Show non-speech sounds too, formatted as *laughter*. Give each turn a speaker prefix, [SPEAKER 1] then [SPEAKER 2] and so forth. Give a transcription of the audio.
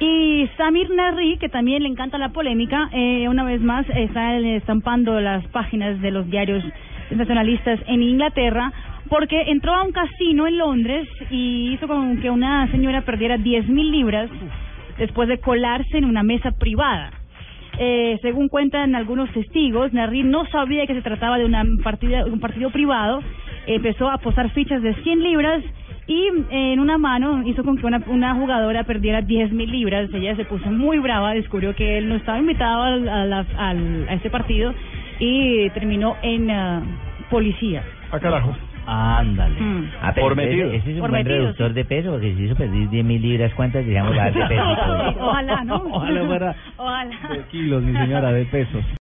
[SPEAKER 1] Y Samir Narri, que también le encanta la polémica, eh, una vez más está estampando las páginas de los diarios nacionalistas en Inglaterra porque entró a un casino en Londres y hizo con que una señora perdiera 10 mil libras después de colarse en una mesa privada. Eh, según cuentan algunos testigos, Narri no sabía que se trataba de una partida, un partido privado, empezó a posar fichas de 100 libras y eh, en una mano hizo con que una, una jugadora perdiera 10 mil libras. Ella se puso muy brava, descubrió que él no estaba invitado al, a, la, al, a este partido y terminó en uh, policía.
[SPEAKER 2] A carajo.
[SPEAKER 3] Ándale.
[SPEAKER 1] Mm.
[SPEAKER 3] Ah, pero
[SPEAKER 4] Por
[SPEAKER 3] ese-
[SPEAKER 4] metido.
[SPEAKER 3] Ese, es un
[SPEAKER 1] Por
[SPEAKER 3] buen
[SPEAKER 1] metido,
[SPEAKER 3] reductor
[SPEAKER 1] sí.
[SPEAKER 3] de peso, porque si eso perdís 10 mil libras,
[SPEAKER 1] *laughs*
[SPEAKER 3] ¿cuántas digamos dar de peso?
[SPEAKER 1] Ojalá, ¿no?
[SPEAKER 4] Ah, Ojalá fuera
[SPEAKER 1] *laughs* Ojalá.
[SPEAKER 4] de kilos, mi señora, de pesos.